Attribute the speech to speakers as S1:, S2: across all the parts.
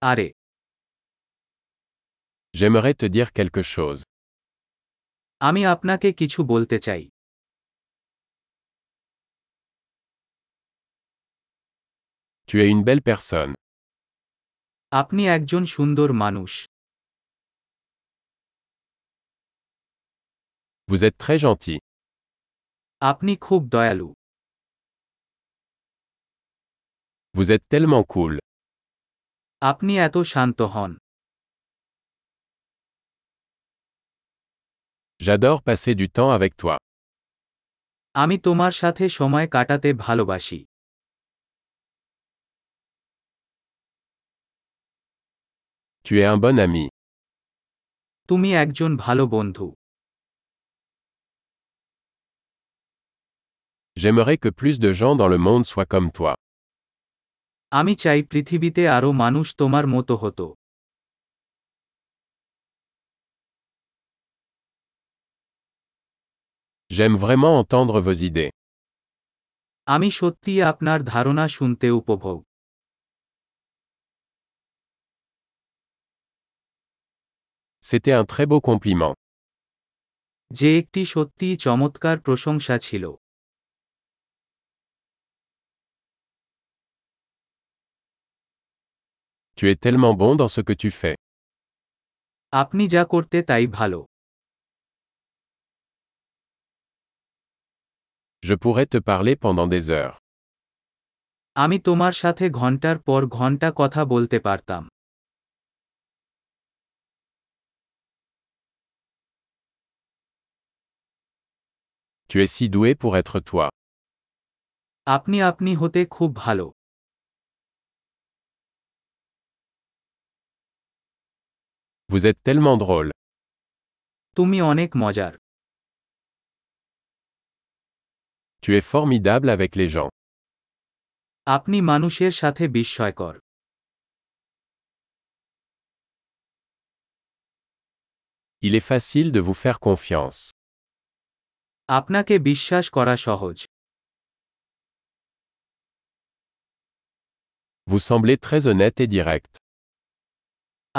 S1: Arrêt.
S2: J'aimerais te dire quelque chose.
S1: আমি আপনাকে কিছু বলতে চাই
S2: Tu es une belle personne.
S1: আপনি একজন সুন্দর মানুষ
S2: Vous êtes très gentil.
S1: আপনি খুব দয়ালু
S2: Vous êtes tellement cool.
S1: আপনি এত শান্ত হন
S2: J'adore passer du temps avec toi.
S1: আমি তোমার সাথে সময় কাটাতে ভালোবাসি
S2: Tu es un bon ami.
S1: তুমি একজন ভালো বন্ধু
S2: J'aimerais que plus de gens dans le monde soient comme toi.
S1: আমি চাই পৃথিবীতে আরও মানুষ তোমার মতো হতো
S2: J'aime vraiment entendre vos idées.
S1: আমি সত্যিই আপনার ধারণা শুনতে উপভোগ
S2: C'était un très beau compliment.
S1: যে একটি সত্যিই চমৎকার প্রশংসা ছিল
S2: Tu es tellement bon dans ce que tu fais.
S1: আপনি যা করতে তাই ভালো
S2: Je pourrais te parler pendant des heures.
S1: আমি তোমার সাথে ঘন্টার পর ঘন্টা কথা বলতে পারতাম
S2: Tu es si doué pour être toi.
S1: আপনি আপনি হতে খুব ভালো
S2: Vous êtes tellement drôle.
S1: তুমি অনেক মজার
S2: Tu es formidable avec les gens.
S1: আপনি মানুষের সাথে বিস্ময়কর
S2: Il est facile de vous faire confiance.
S1: আপনাকে বিশ্বাস করা সহজ
S2: Vous semblez très honnête et direct.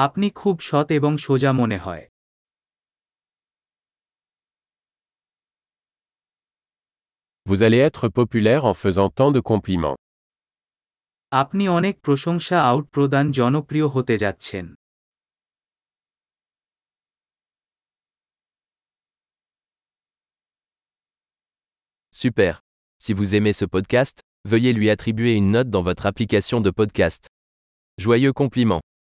S1: আপনি খুব সৎ এবং সোজা মনে হয়
S2: Vous allez être populaire en faisant tant de compliments.
S1: আপনি অনেক প্রশংসা আউট প্রদান জনপ্রিয় হতে যাচ্ছেন
S3: Super. Si vous aimez ce podcast, veuillez lui attribuer une note dans votre application de podcast. Joyeux compliment.